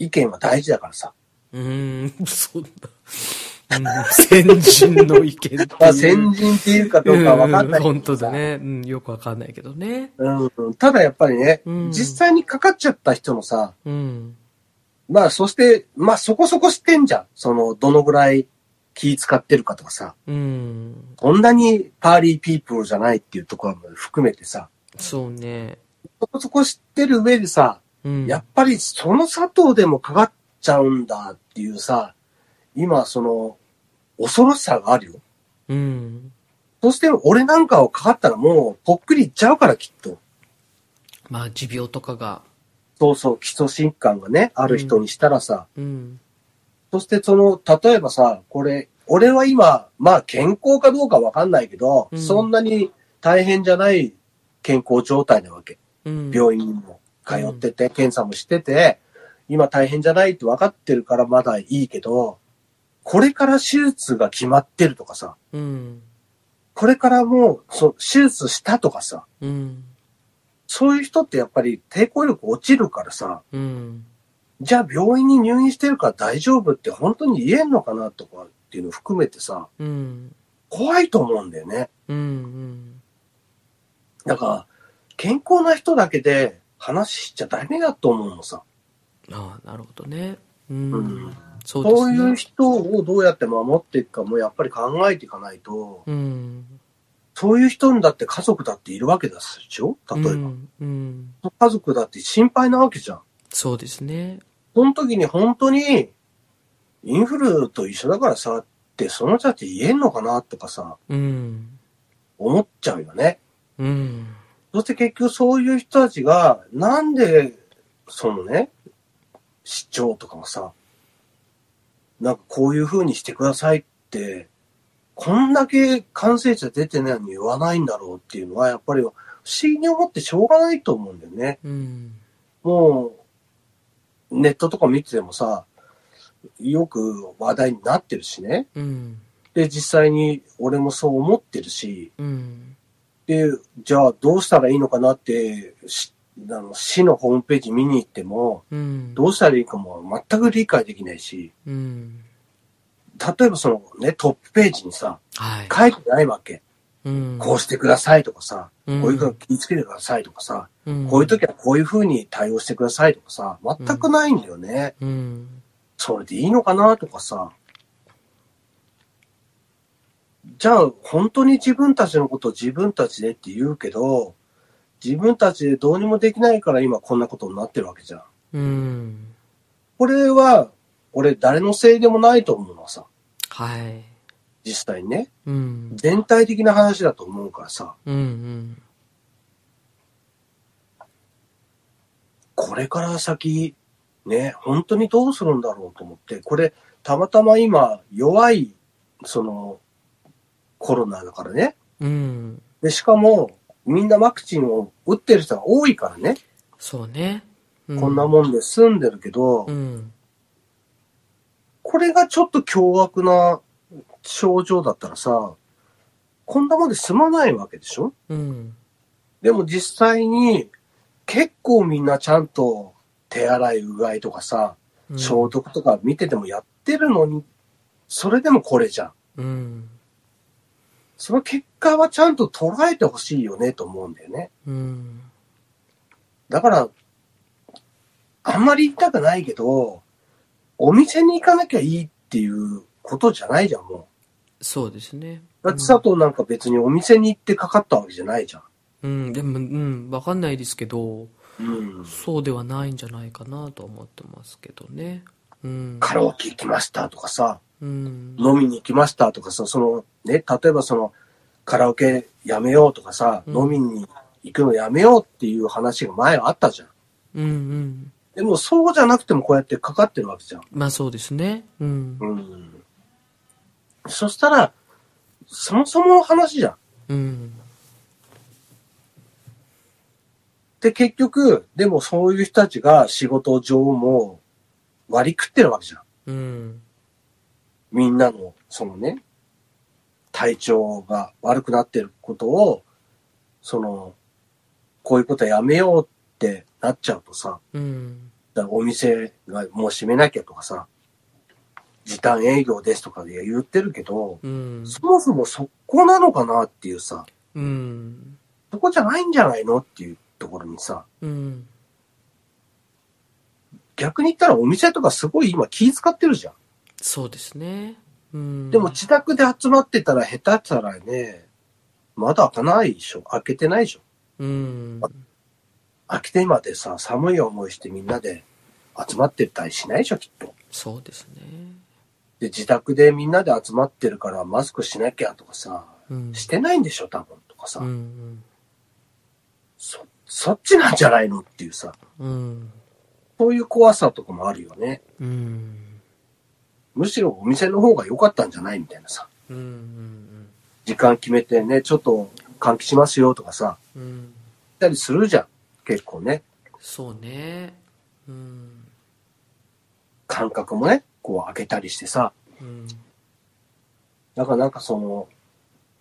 Speaker 1: 意見は大事だからさ。
Speaker 2: うーん、そんな。
Speaker 1: [laughs]
Speaker 2: うん先人の意見っていう。
Speaker 1: まあ、先人っていうかどうかわかんないけどさ
Speaker 2: う本当だ。ね。うん、よくわかんないけどね。
Speaker 1: うん、ただやっぱりね、
Speaker 2: うん
Speaker 1: 実際にかかっちゃった人のさ、
Speaker 2: うん。
Speaker 1: まあそして、まあそこそこ知ってんじゃん。その、どのぐらい気使ってるかとかさ、
Speaker 2: うん。
Speaker 1: こんなにパーリーピープルじゃないっていうところも含めてさ、
Speaker 2: そうね。
Speaker 1: そこそこ知ってる上でさ、
Speaker 2: うん。
Speaker 1: やっぱりその佐藤でもかかっちゃうんだっていうさ、今その、恐ろしさがあるよ。
Speaker 2: うん。
Speaker 1: そして俺なんかをかかったらもう、ぽっくりいっちゃうからきっと。
Speaker 2: まあ、持病とかが。
Speaker 1: そうそう、基礎疾患がね、ある人にしたらさ、
Speaker 2: うん。
Speaker 1: そしてその、例えばさ、これ、俺は今、まあ健康かどうかわかんないけど、
Speaker 2: うん
Speaker 1: そんなに大変じゃない健康状態なわけ。
Speaker 2: うん。
Speaker 1: 病院にも通ってて、検査もしてて、今大変じゃないって分かってるからまだいいけど、これから手術が決まってるとかさ、
Speaker 2: うん。
Speaker 1: これからもう、そう、手術したとかさ、
Speaker 2: うん。
Speaker 1: そういう人ってやっぱり抵抗力落ちるからさ、
Speaker 2: うん。
Speaker 1: じゃあ病院に入院してるから大丈夫って本当に言えんのかなとかっていうの含めてさ、
Speaker 2: うん。
Speaker 1: 怖いと思うんだよね。
Speaker 2: うん。うん。
Speaker 1: だから、健康な人だけで話しちゃダメだと思うのさ。
Speaker 2: ああ、なるほどね。うん。
Speaker 1: うん
Speaker 2: そう
Speaker 1: そう
Speaker 2: ですね。
Speaker 1: いう人をどうやって守っていくかもやっぱり考えていかないと、
Speaker 2: うん。
Speaker 1: そういう人にだって家族だっているわけだしょ例えば、
Speaker 2: うん。うん。
Speaker 1: 家族だって心配なわけじゃん。
Speaker 2: そうですね。
Speaker 1: その時に本当に、インフルと一緒だからさって、その人たち言えんのかなとかさ、
Speaker 2: うん。
Speaker 1: 思っちゃうよね。
Speaker 2: うん。
Speaker 1: そして結局そういう人たちが、なんで、そのね、市長とかがさ、なんかこういう風にしてくださいって、こんだけ感染者出てないのに言わないんだろうっていうのは、やっぱり不思議に思ってしょうがないと思うんだよね。
Speaker 2: うん。
Speaker 1: もう、ネットとか見ててもさ、よく話題になってるしね。
Speaker 2: うん。
Speaker 1: で、実際に俺もそう思ってるし、
Speaker 2: うん。
Speaker 1: で、じゃあどうしたらいいのかなって、しあの市のホームページ見に行っても、
Speaker 2: うん。
Speaker 1: どうしたらいいかも全く理解できないし、
Speaker 2: うん。
Speaker 1: 例えばそのね、トップページにさ、
Speaker 2: はい。
Speaker 1: 書いてないわけ。
Speaker 2: うん。
Speaker 1: こうしてくださいとかさ、
Speaker 2: うん、
Speaker 1: こういうこと気をつけてくださいとかさ、
Speaker 2: うん、
Speaker 1: こういう時はこういうふうに対応してくださいとかさ、全くないんだよね。
Speaker 2: うん。
Speaker 1: それでいいのかなとかさ。じゃあ、本当に自分たちのことを自分たちでって言うけど、自分たちでどうにもできないから今こんなことになってるわけじゃん。
Speaker 2: うん。
Speaker 1: これは、俺誰のせいでもないと思うのさ。
Speaker 2: はい。
Speaker 1: 実際にね。
Speaker 2: うん。
Speaker 1: 全体的な話だと思うからさ。
Speaker 2: うん。うん。
Speaker 1: これから先、ね、本当にどうするんだろうと思って、これ、たまたま今、弱い、その、コロナだからね。
Speaker 2: うん。
Speaker 1: で、しかも、みんなワクチンを打ってる人が多いからね。
Speaker 2: そうね。う
Speaker 1: こんなもんで済んでるけど、
Speaker 2: うん。
Speaker 1: これがちょっと凶悪な症状だったらさ、こんなもんで済まないわけでしょ
Speaker 2: うん。
Speaker 1: でも実際に、結構みんなちゃんと手洗いうがいとかさ、
Speaker 2: うん
Speaker 1: 消毒とか見ててもやってるのに、それでもこれじゃん。
Speaker 2: うん。
Speaker 1: その結果はちゃんと捉えてほしいよねと思うんだよね。
Speaker 2: うん。
Speaker 1: だから、あんまり言いたくないけど、お店に行かなきゃいいっていうことじゃないじゃん、も
Speaker 2: そうですね。
Speaker 1: う。だって佐藤なんか別にお店に行ってかかったわけじゃないじゃん。
Speaker 2: うん。でも、うん。わかんないですけど、
Speaker 1: うん。
Speaker 2: そうではないんじゃないかなと思ってますけどね。うん。
Speaker 1: カラオケ行きましたとかさ、
Speaker 2: うん。
Speaker 1: 飲みに行きましたとかさ、そのね、例えばそのカラオケやめようとかさ、
Speaker 2: うん
Speaker 1: 飲みに行くのやめようっていう話が前あったじゃん。
Speaker 2: うん。うん。
Speaker 1: でもそうじゃなくてもこうやってかかってるわけじゃん。
Speaker 2: まあそうですね。うん。
Speaker 1: うん。そしたら、そもそもの話じゃん。
Speaker 2: うん。
Speaker 1: で、結局、でもそういう人たちが仕事上も割り食ってるわけじゃん。
Speaker 2: うん。
Speaker 1: みんなの、そのね、体調が悪くなってることを、その、こういうことやめようってなっちゃうとさ、
Speaker 2: うん。
Speaker 1: だからお店がもう閉めなきゃとかさ、時短営業ですとかで言ってるけど、
Speaker 2: うん。
Speaker 1: そもそもそこなのかなっていうさ、
Speaker 2: うん。
Speaker 1: そこじゃないんじゃないのっていうところにさ、
Speaker 2: うん。
Speaker 1: 逆に言ったらお店とかすごい今気遣ってるじゃん。
Speaker 2: そうですね。うん。
Speaker 1: でも自宅で集まってたら下手したらね、窓開かないでしょ開けてないでしょ
Speaker 2: うん。
Speaker 1: 開けてまでさ、寒い思いしてみんなで集まってたりしないでしょきっと。
Speaker 2: そうですね。
Speaker 1: で、自宅でみんなで集まってるからマスクしなきゃとかさ、
Speaker 2: うん。
Speaker 1: してないんでしょ多分とかさ、
Speaker 2: うん。
Speaker 1: そ、そっちなんじゃないのっていうさ、
Speaker 2: うん。
Speaker 1: そういう怖さとかもあるよね。
Speaker 2: うん。
Speaker 1: むしろお店の方が良かったんじゃないみたいなさ。
Speaker 2: うん。うん。
Speaker 1: 時間決めてね、ちょっと換気しますよとかさ、
Speaker 2: うん。
Speaker 1: 言ったりするじゃん。結構ね。
Speaker 2: そうね。うん。
Speaker 1: 間隔もね、こう開けたりしてさ。
Speaker 2: うん。
Speaker 1: だからなんかその、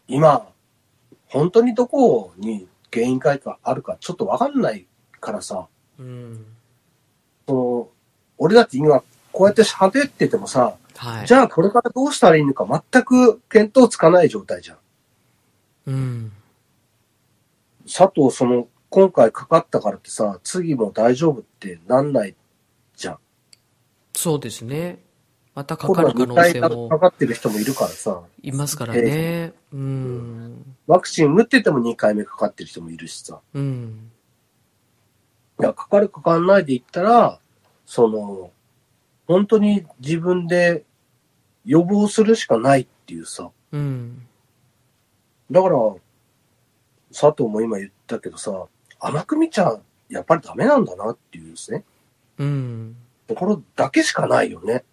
Speaker 1: 今、本当にどこに原因があるかちょっとわかんないからさ、
Speaker 2: うん。
Speaker 1: その、俺だって今こうやって喋っててもさ、
Speaker 2: はい。
Speaker 1: じゃあこれからどうしたらいいのか全く見当つかない状態じゃん。
Speaker 2: うん。
Speaker 1: 佐藤その、今回かかったからってさ、次も大丈夫ってなんないじゃん。
Speaker 2: そうですね。またか
Speaker 1: コ
Speaker 2: か
Speaker 1: ロナ
Speaker 2: る可能
Speaker 1: 2回
Speaker 2: 性
Speaker 1: か
Speaker 2: も
Speaker 1: かってる人もいるからさ、
Speaker 2: いますからね。うん。
Speaker 1: ワクチン打ってても2回目かかってる人もいるしさ。
Speaker 2: うん。
Speaker 1: いや、かかるかかんないで言ったら、その、本当に自分で予防するしかないっていうさ。
Speaker 2: うん。
Speaker 1: だから、佐藤も今言ったけどさ、甘く見ちゃやっぱりダメなんだなっていうですね。
Speaker 2: うん。
Speaker 1: ところだけしかないよね。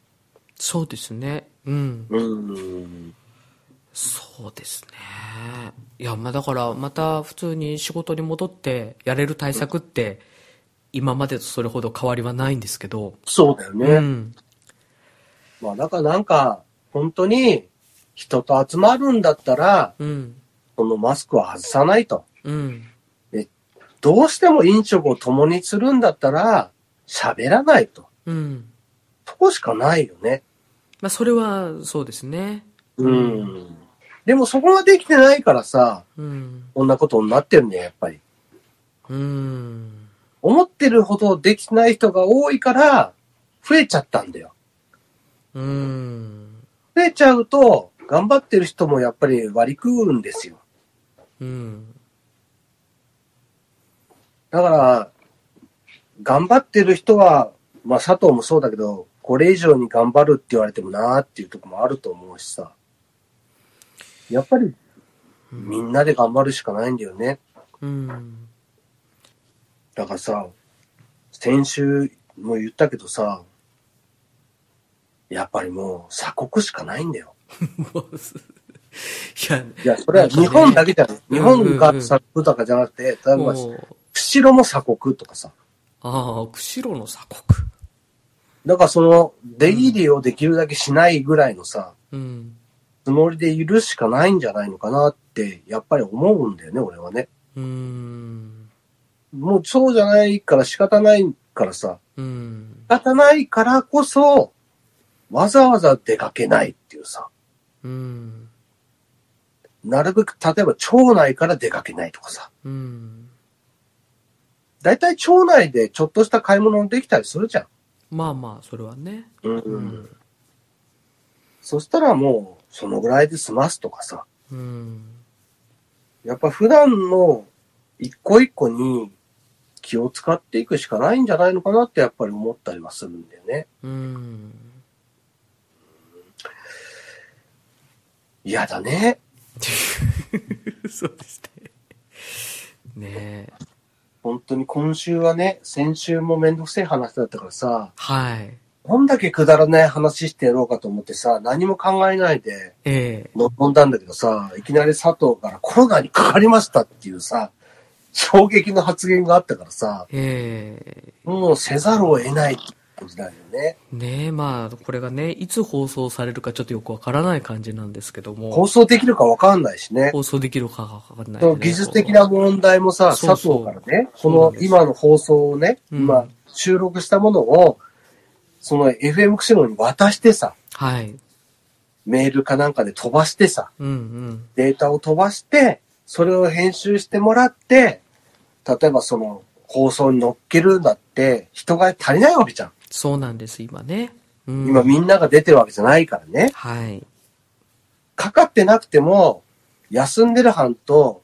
Speaker 2: そうですね。うん。
Speaker 1: うん。
Speaker 2: そうですね。いや、まあだから、また普通に仕事に戻ってやれる対策って、今までとそれほど変わりはないんですけど。
Speaker 1: そうだよね。
Speaker 2: うん。
Speaker 1: まあ、だからなんか、本当に人と集まるんだったら、
Speaker 2: うん。
Speaker 1: このマスクは外さないと。
Speaker 2: うん。
Speaker 1: どうしても飲食を共にするんだったら、喋らないと。
Speaker 2: うん。
Speaker 1: そこしかないよね。
Speaker 2: まあそれは、そうですね。
Speaker 1: うん。でもそこができてないからさ、
Speaker 2: うん。
Speaker 1: こんなことになってるね、やっぱり。
Speaker 2: うん。
Speaker 1: 思ってるほどできてない人が多いから、増えちゃったんだよ。
Speaker 2: うん。
Speaker 1: 増えちゃうと、頑張ってる人もやっぱり割り食うんですよ。
Speaker 2: うん。
Speaker 1: だから、頑張ってる人は、まあ佐藤もそうだけど、これ以上に頑張るって言われてもなーっていうとこもあると思うしさ。やっぱり、みんなで頑張るしかないんだよね。
Speaker 2: うん。
Speaker 1: だからさ、先週も言ったけどさ、やっぱりもう鎖国しかないんだよ。
Speaker 2: もうすいや、
Speaker 1: いや、それは日本だけじゃない。
Speaker 2: ん
Speaker 1: 日本が鎖国とかじゃなくて、例えば、
Speaker 2: もう、
Speaker 1: 釧路も鎖国とかさ。
Speaker 2: ああ、釧路の鎖
Speaker 1: だからその、出入りをできるだけしないぐらいのさ、
Speaker 2: 国。うん。
Speaker 1: つもりでいるしかないんじゃないのかなって、やっぱり思うんだよね、俺はね。
Speaker 2: うん。
Speaker 1: もうそうじゃないから仕方ないからさ、
Speaker 2: うん
Speaker 1: 仕。方ないからこそ、わざわざ出かけないっていうさ、
Speaker 2: うん。
Speaker 1: なるべく、例えば町内から出かけないとかさ、
Speaker 2: うん。
Speaker 1: だいたい町内でちょっとした買い物できたりするじゃん。
Speaker 2: まあまあ、それはね。
Speaker 1: うん
Speaker 2: うん。
Speaker 1: そしたらもう、そのぐらいで済ますとかさ、
Speaker 2: うん。
Speaker 1: やっぱ普段の一個一個に気を使っていくしかないんじゃないのかなってやっぱり思ったりはするんだよね。
Speaker 2: うん。
Speaker 1: 嫌だね。
Speaker 2: そうですね。ねえ。
Speaker 1: 本当に今週はね、先週もめんどくせえ話だったからさ、
Speaker 2: はい。
Speaker 1: どんだけくだらない話してやろうかと思ってさ、何も考えないで
Speaker 2: ええ。
Speaker 1: 臨んだんだけどさ、いきなり佐藤からコロナにかかりましたっていうさ、衝撃の発言があったからさ、
Speaker 2: え
Speaker 1: もうせざるを得ないって感じだよね。
Speaker 2: え。ねえ、まあ、これがね、いつ放送されるかちょっとよくわからない感じなんですけども。
Speaker 1: 放送できるかわかんないしね。
Speaker 2: 放送できるかがわかんない、
Speaker 1: その技術的な問題もさ、
Speaker 2: そう
Speaker 1: 佐
Speaker 2: そ
Speaker 1: 藤
Speaker 2: う
Speaker 1: からね、
Speaker 2: そうなん
Speaker 1: この
Speaker 2: です
Speaker 1: 今の放送をね、
Speaker 2: うん
Speaker 1: 今収録したものを、その FM 釧路に渡してさ、
Speaker 2: はい。
Speaker 1: メールかなんかで飛ばしてさ、
Speaker 2: うんうん。
Speaker 1: データを飛ばして、それを編集してもらって、例えばその放送に乗っけるんだって、人が足りないわけじゃん。
Speaker 2: そうなんです、今ね。うん、
Speaker 1: 今みんなが出てるわけじゃないからね。
Speaker 2: はい。
Speaker 1: かかってなくても、休んでる班と、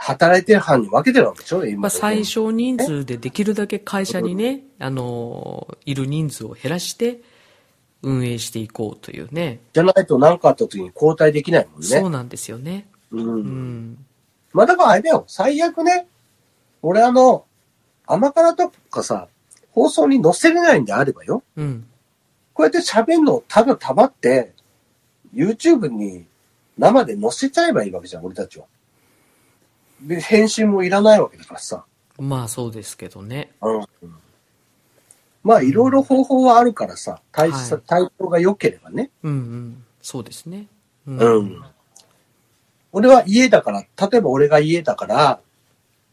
Speaker 1: 働いてる班に分けてるわけでしょ今、
Speaker 2: まあ、最小人数でできるだけ会社にね、あのー、いる人数を減らして運営していこうというね。
Speaker 1: じゃないと何かあった時に交代できないもんね。
Speaker 2: そうなんですよね。
Speaker 1: う。
Speaker 2: うんん。
Speaker 1: まあだからあれだよ。最悪ね。俺あの、甘辛とかさ、放送に載せれないんであればよ。
Speaker 2: うん。
Speaker 1: こうやって喋るのをただ黙って、YouTube に生で載せちゃえばいいわけじゃん、俺たちは。で、編集もいらないわけだからさ。
Speaker 2: まあ、そうですけどね。
Speaker 1: うん。まあ、いろいろ方法はあるからさ、対し
Speaker 2: はい
Speaker 1: 対象が良ければね。
Speaker 2: うんうん。そうですね。う
Speaker 1: うん。俺は家だから、例えば俺が家だから、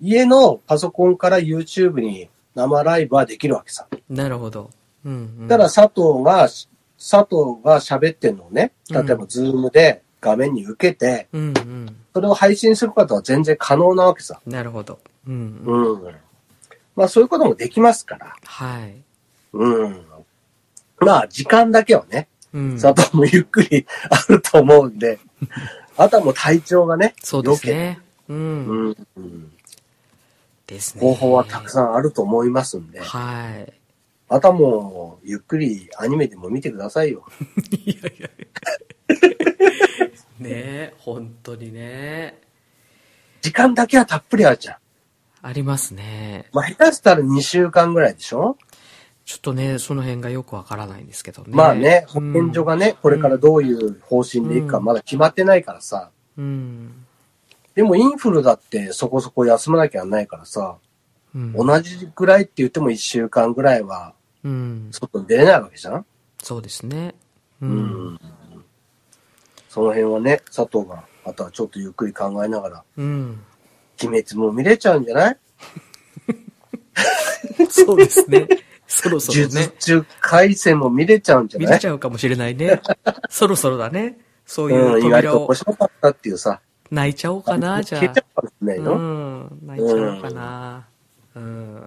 Speaker 1: 家のパソコンから YouTube に生ライブはできるわけさ。
Speaker 2: なるほど。うん、うん。
Speaker 1: ただ、佐藤が、佐藤が喋ってんのをね、例え
Speaker 2: う
Speaker 1: ばズームで画面に受けて、
Speaker 2: うんうん。
Speaker 1: それを配信することは全然可能なわけさ。
Speaker 2: なるほど。うん、うん。
Speaker 1: うん。まあそういうこともできますから。
Speaker 2: はい。
Speaker 1: うん。まあ時間だけはね、
Speaker 2: うん。
Speaker 1: 佐藤もゆっくりあると思うんで、 [laughs] あとはもう体調がね、
Speaker 2: そうですね。うん。
Speaker 1: うん、うん。
Speaker 2: ですね。
Speaker 1: 方法はたくさんあると思いますんで、
Speaker 2: はい。
Speaker 1: あとはもうゆっくりアニメでも見てくださいよ。
Speaker 2: いやいやねえ本当にね
Speaker 1: 時間だけはたっぷりあるじゃん。
Speaker 2: ありますね
Speaker 1: まあ下手したら2週間ぐらいでしょ、
Speaker 2: ちょっとねその辺がよくわからないんですけどね
Speaker 1: まあね、保
Speaker 2: うん
Speaker 1: 健所がね、これからどういう方針でいくか
Speaker 2: うん
Speaker 1: まだ決まってないからさ、
Speaker 2: うん、
Speaker 1: でもインフルだってそこそこ休まなきゃなんないからさ、
Speaker 2: うん
Speaker 1: 同じぐらいって言っても1週間ぐらいは
Speaker 2: うん、
Speaker 1: 外に出れないわけじゃん、
Speaker 2: そうですねう、
Speaker 1: うんん、その辺はね、佐藤が、またちょっとゆっくり考えながら、
Speaker 2: うん
Speaker 1: 鬼滅も見れちゃうんじゃない
Speaker 2: そうです
Speaker 1: [laughs]
Speaker 2: ねそろそ
Speaker 1: 呪
Speaker 2: ろね
Speaker 1: 術回戦も見れちゃうんじゃ
Speaker 2: 見
Speaker 1: な
Speaker 2: れ
Speaker 1: い
Speaker 2: ちゃうかもしれないねそろそろだねそう
Speaker 1: う、
Speaker 2: いうん
Speaker 1: 意外
Speaker 2: 扉
Speaker 1: と
Speaker 2: を
Speaker 1: 面白かったっていうさ、
Speaker 2: 泣いちゃおうかなじゃ
Speaker 1: 消えちゃ
Speaker 2: あ
Speaker 1: うかもしれないの、
Speaker 2: うん、泣いちゃうかな。うん。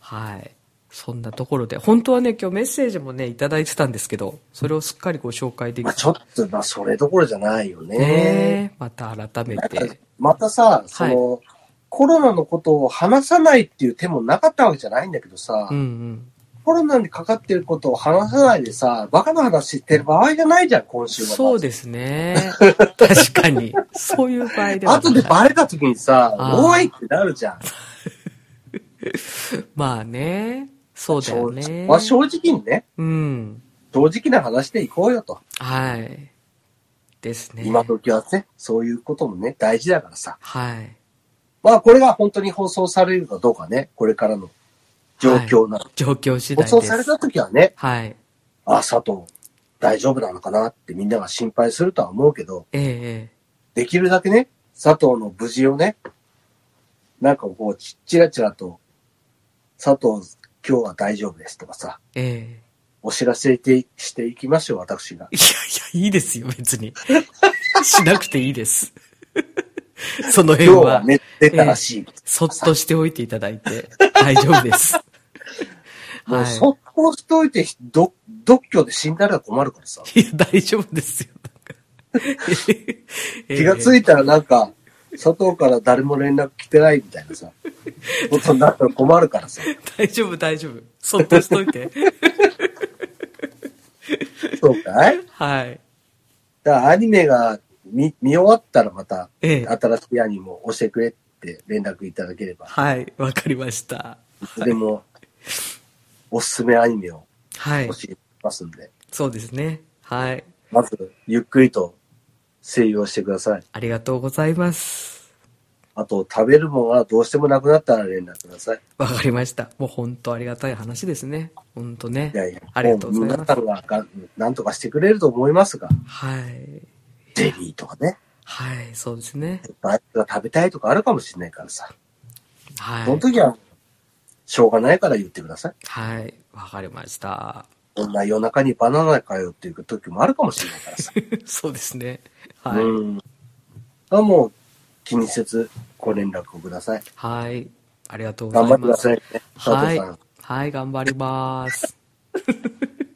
Speaker 2: はい。そんなところで、本当はね、今日メッセージもね、いただいてたんですけど、それをすっかりご紹介でき
Speaker 1: まあ、
Speaker 2: て
Speaker 1: ちょっと、まあ、それどころじゃないよね。
Speaker 2: ね、また改め
Speaker 1: なんか
Speaker 2: て。
Speaker 1: またさ、その、コロナのことを話さないっていう手もなかったわけじゃないんだけどさ、
Speaker 2: うんうん。
Speaker 1: コロナにかかってることを話さないでさ、バカな話してる場合じゃないじゃん、今週は。
Speaker 2: そうですね。確かに。そういう場合では
Speaker 1: 後でバレた時にさ、
Speaker 2: あー
Speaker 1: おいってなるじゃん。
Speaker 2: まあね。そうだよね
Speaker 1: 正。まあ、正直にね、
Speaker 2: うん。
Speaker 1: 正直な話でいこうよと。
Speaker 2: はい。ですね。
Speaker 1: 今時はね、そういうこともね、大事だからさ。
Speaker 2: はい。
Speaker 1: まあ、これが本当に放送されるかどうかね、これからの状況なの。
Speaker 2: 状況次第
Speaker 1: 放
Speaker 2: です。
Speaker 1: 送された時はね、
Speaker 2: はい。
Speaker 1: あ、佐藤、大丈夫なのかなってみんなが心配するとは思うけど、
Speaker 2: ええええ。
Speaker 1: できるだけね、佐藤の無事をね、なんかこう、ちちらちらと、佐藤、今日は大丈夫ですとかさ、
Speaker 2: ええ。
Speaker 1: お知らせてしていきましょう、私が。
Speaker 2: いやいや、いいですよ、別に。しなくていいです。その辺
Speaker 1: 今日
Speaker 2: は
Speaker 1: は、寝てたらしい。
Speaker 2: そっとしておいていただいて、大丈夫です。
Speaker 1: [laughs] もう、
Speaker 2: は
Speaker 1: そっとしといて、ど、独居で死んだら困るからさ。
Speaker 2: い。いや、大丈夫ですよ。
Speaker 1: 気がつ
Speaker 2: い
Speaker 1: いたらなんか、佐藤から誰も連絡来てないみたいなさ、ことになったら困るからさ。
Speaker 2: 大丈夫、大丈夫。そっとしといて。
Speaker 1: そうかい
Speaker 2: はい。
Speaker 1: だからアニメが見、見終わったらまた、
Speaker 2: ええ
Speaker 1: 新しいアニメを押してくれって連絡いただければ、
Speaker 2: はい、わかりました。
Speaker 1: いつでも、おすすめアニメを
Speaker 2: はい
Speaker 1: 教え。てますんで、
Speaker 2: そうですね。はい。
Speaker 1: まず、ゆっくりと、静養してください。
Speaker 2: ありがとうございます。
Speaker 1: あと、食べるものがどうしてもなくなったら連絡ください。
Speaker 2: わかりました。もう本当ありがたい話ですね。本当ね
Speaker 1: い。やいや、
Speaker 2: ありがとうございます
Speaker 1: も皆さんがが、なんとかしてくれると思いますが、
Speaker 2: はい。
Speaker 1: ゼリーとかね、
Speaker 2: はい、そうですね。
Speaker 1: バイトが食べたいとかあるかもしれないからさ、
Speaker 2: は
Speaker 1: その
Speaker 2: い。
Speaker 1: 時は、しょうがないから言ってください。
Speaker 2: はい、わかりました。 [laughs]
Speaker 1: こんな夜中にバナナかよっていう時もあるかもしれないからさ。
Speaker 2: そうですね。はい。
Speaker 1: うん。あもう気にせずご連絡をください。
Speaker 2: はい。ありがとうご
Speaker 1: 頑
Speaker 2: ざい
Speaker 1: 張ってく
Speaker 2: ま
Speaker 1: だ
Speaker 2: す。
Speaker 1: さいね。佐
Speaker 2: は
Speaker 1: 藤
Speaker 2: い
Speaker 1: さん。。
Speaker 2: はい、頑張ります。 [laughs]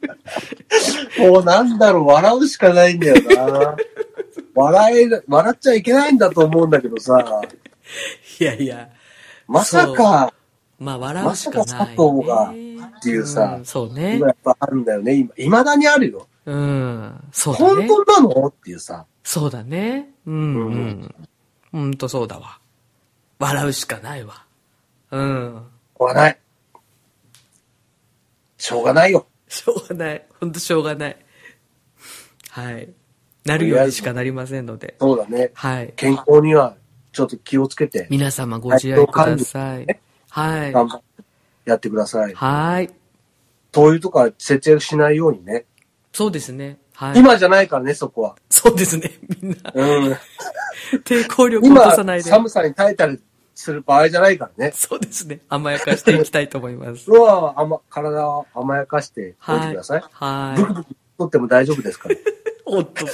Speaker 1: もうなんだろう、笑うしかないんだよ
Speaker 2: [laughs]
Speaker 1: な。笑える、笑っちゃいけないんだと思うんだけどさ、
Speaker 2: いやいや、
Speaker 1: まさか、
Speaker 2: まあ、笑うしかない、ね。
Speaker 1: まさか佐藤がっていうさ
Speaker 2: んそうね
Speaker 1: 今。やっぱあるんだよね。今、未だにあるよ。
Speaker 2: うん。そうだ
Speaker 1: 本
Speaker 2: ね。
Speaker 1: 当なのっていうさ。
Speaker 2: そうだね。うん、う。
Speaker 1: うん
Speaker 2: ほんとそうだわ。笑うしかないわ。うん。
Speaker 1: 笑え。しょうがないよ。
Speaker 2: しょうがない。ほんとしょうがない。はい。なるようにしかなりませんので。
Speaker 1: そうだね。
Speaker 2: はい。
Speaker 1: 健康にはちょっと気をつけて、
Speaker 2: 皆様ご自愛ください。はい。
Speaker 1: 頑張ってやってください。
Speaker 2: はい。
Speaker 1: 灯油とか節約しないようにね。
Speaker 2: そうですね。はい。
Speaker 1: 今じゃないからね、そこは。
Speaker 2: そうですね。みんな、
Speaker 1: うん。
Speaker 2: 抵抗力を落とさな
Speaker 1: 今、
Speaker 2: いで。
Speaker 1: 寒さに耐えたりする場合じゃないからね。
Speaker 2: そうですね。甘やかしていきたいと思います。
Speaker 1: それは甘、体を甘やかしておいて
Speaker 2: はい
Speaker 1: ください。。ブク
Speaker 2: は
Speaker 1: ブク取っても大丈夫ですから。
Speaker 2: い。おっと。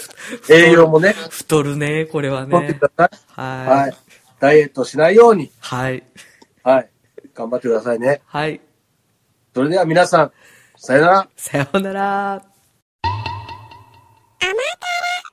Speaker 1: 栄養
Speaker 2: [laughs]
Speaker 1: もね、
Speaker 2: 太るね、これは
Speaker 1: 取って
Speaker 2: ね
Speaker 1: く。ださい。
Speaker 2: は。
Speaker 1: はいい。ダイエットしないように、
Speaker 2: はい。
Speaker 1: はい。頑張ってくださいね。
Speaker 2: はい。
Speaker 1: それでは皆さん、さよなら。
Speaker 2: さようなら。